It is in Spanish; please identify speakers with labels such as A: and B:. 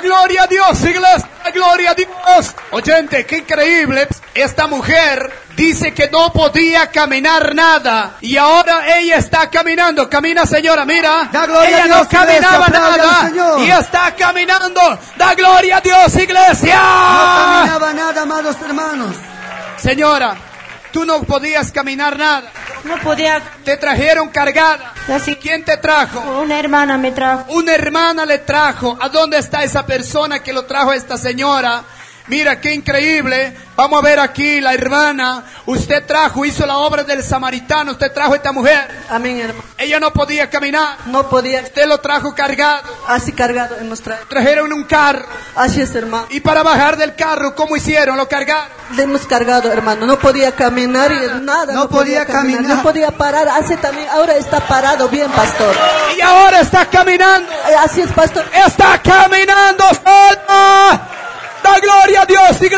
A: gloria a Dios, iglesia, gloria a Dios. Oyente, qué increíble. Esta mujer dice que no podía caminar nada y ahora ella está caminando. Camina, señora, mira.
B: Da gloria
A: ella
B: a Dios,
A: no caminaba
B: iglesia, aplaude al
A: nada
B: Señor.
A: y está caminando. Da gloria a Dios, iglesia.
B: No caminaba nada, amados hermanos.
A: Señora, tú no podías caminar nada.
C: No podía.
A: Te trajeron cargada.
C: Así que
A: ¿Quién te trajo?
C: una hermana me trajo.
A: Una hermana le trajo. ¿A dónde está esa persona que lo trajo a esta señora? Mira, qué increíble. Vamos a ver aquí la hermana. Usted trajo, hizo la obra del samaritano. Usted trajo a esta mujer.
D: Amén, hermano.
A: Ella no podía caminar.
D: No podía.
A: Usted lo trajo cargado.
D: Así cargado hemos traído.
A: Trajeron un carro.
D: Así es, hermano.
A: Y para bajar del carro, ¿cómo hicieron? Lo cargaron.
D: Le hemos cargado, hermano. No podía caminar y nada.
B: No podía caminar.
D: No podía parar. Hace también. Ahora está parado bien, pastor.
A: Y ahora está caminando.
D: Eh, Así es, pastor.
A: Está caminando sola. Da gloria a Dios,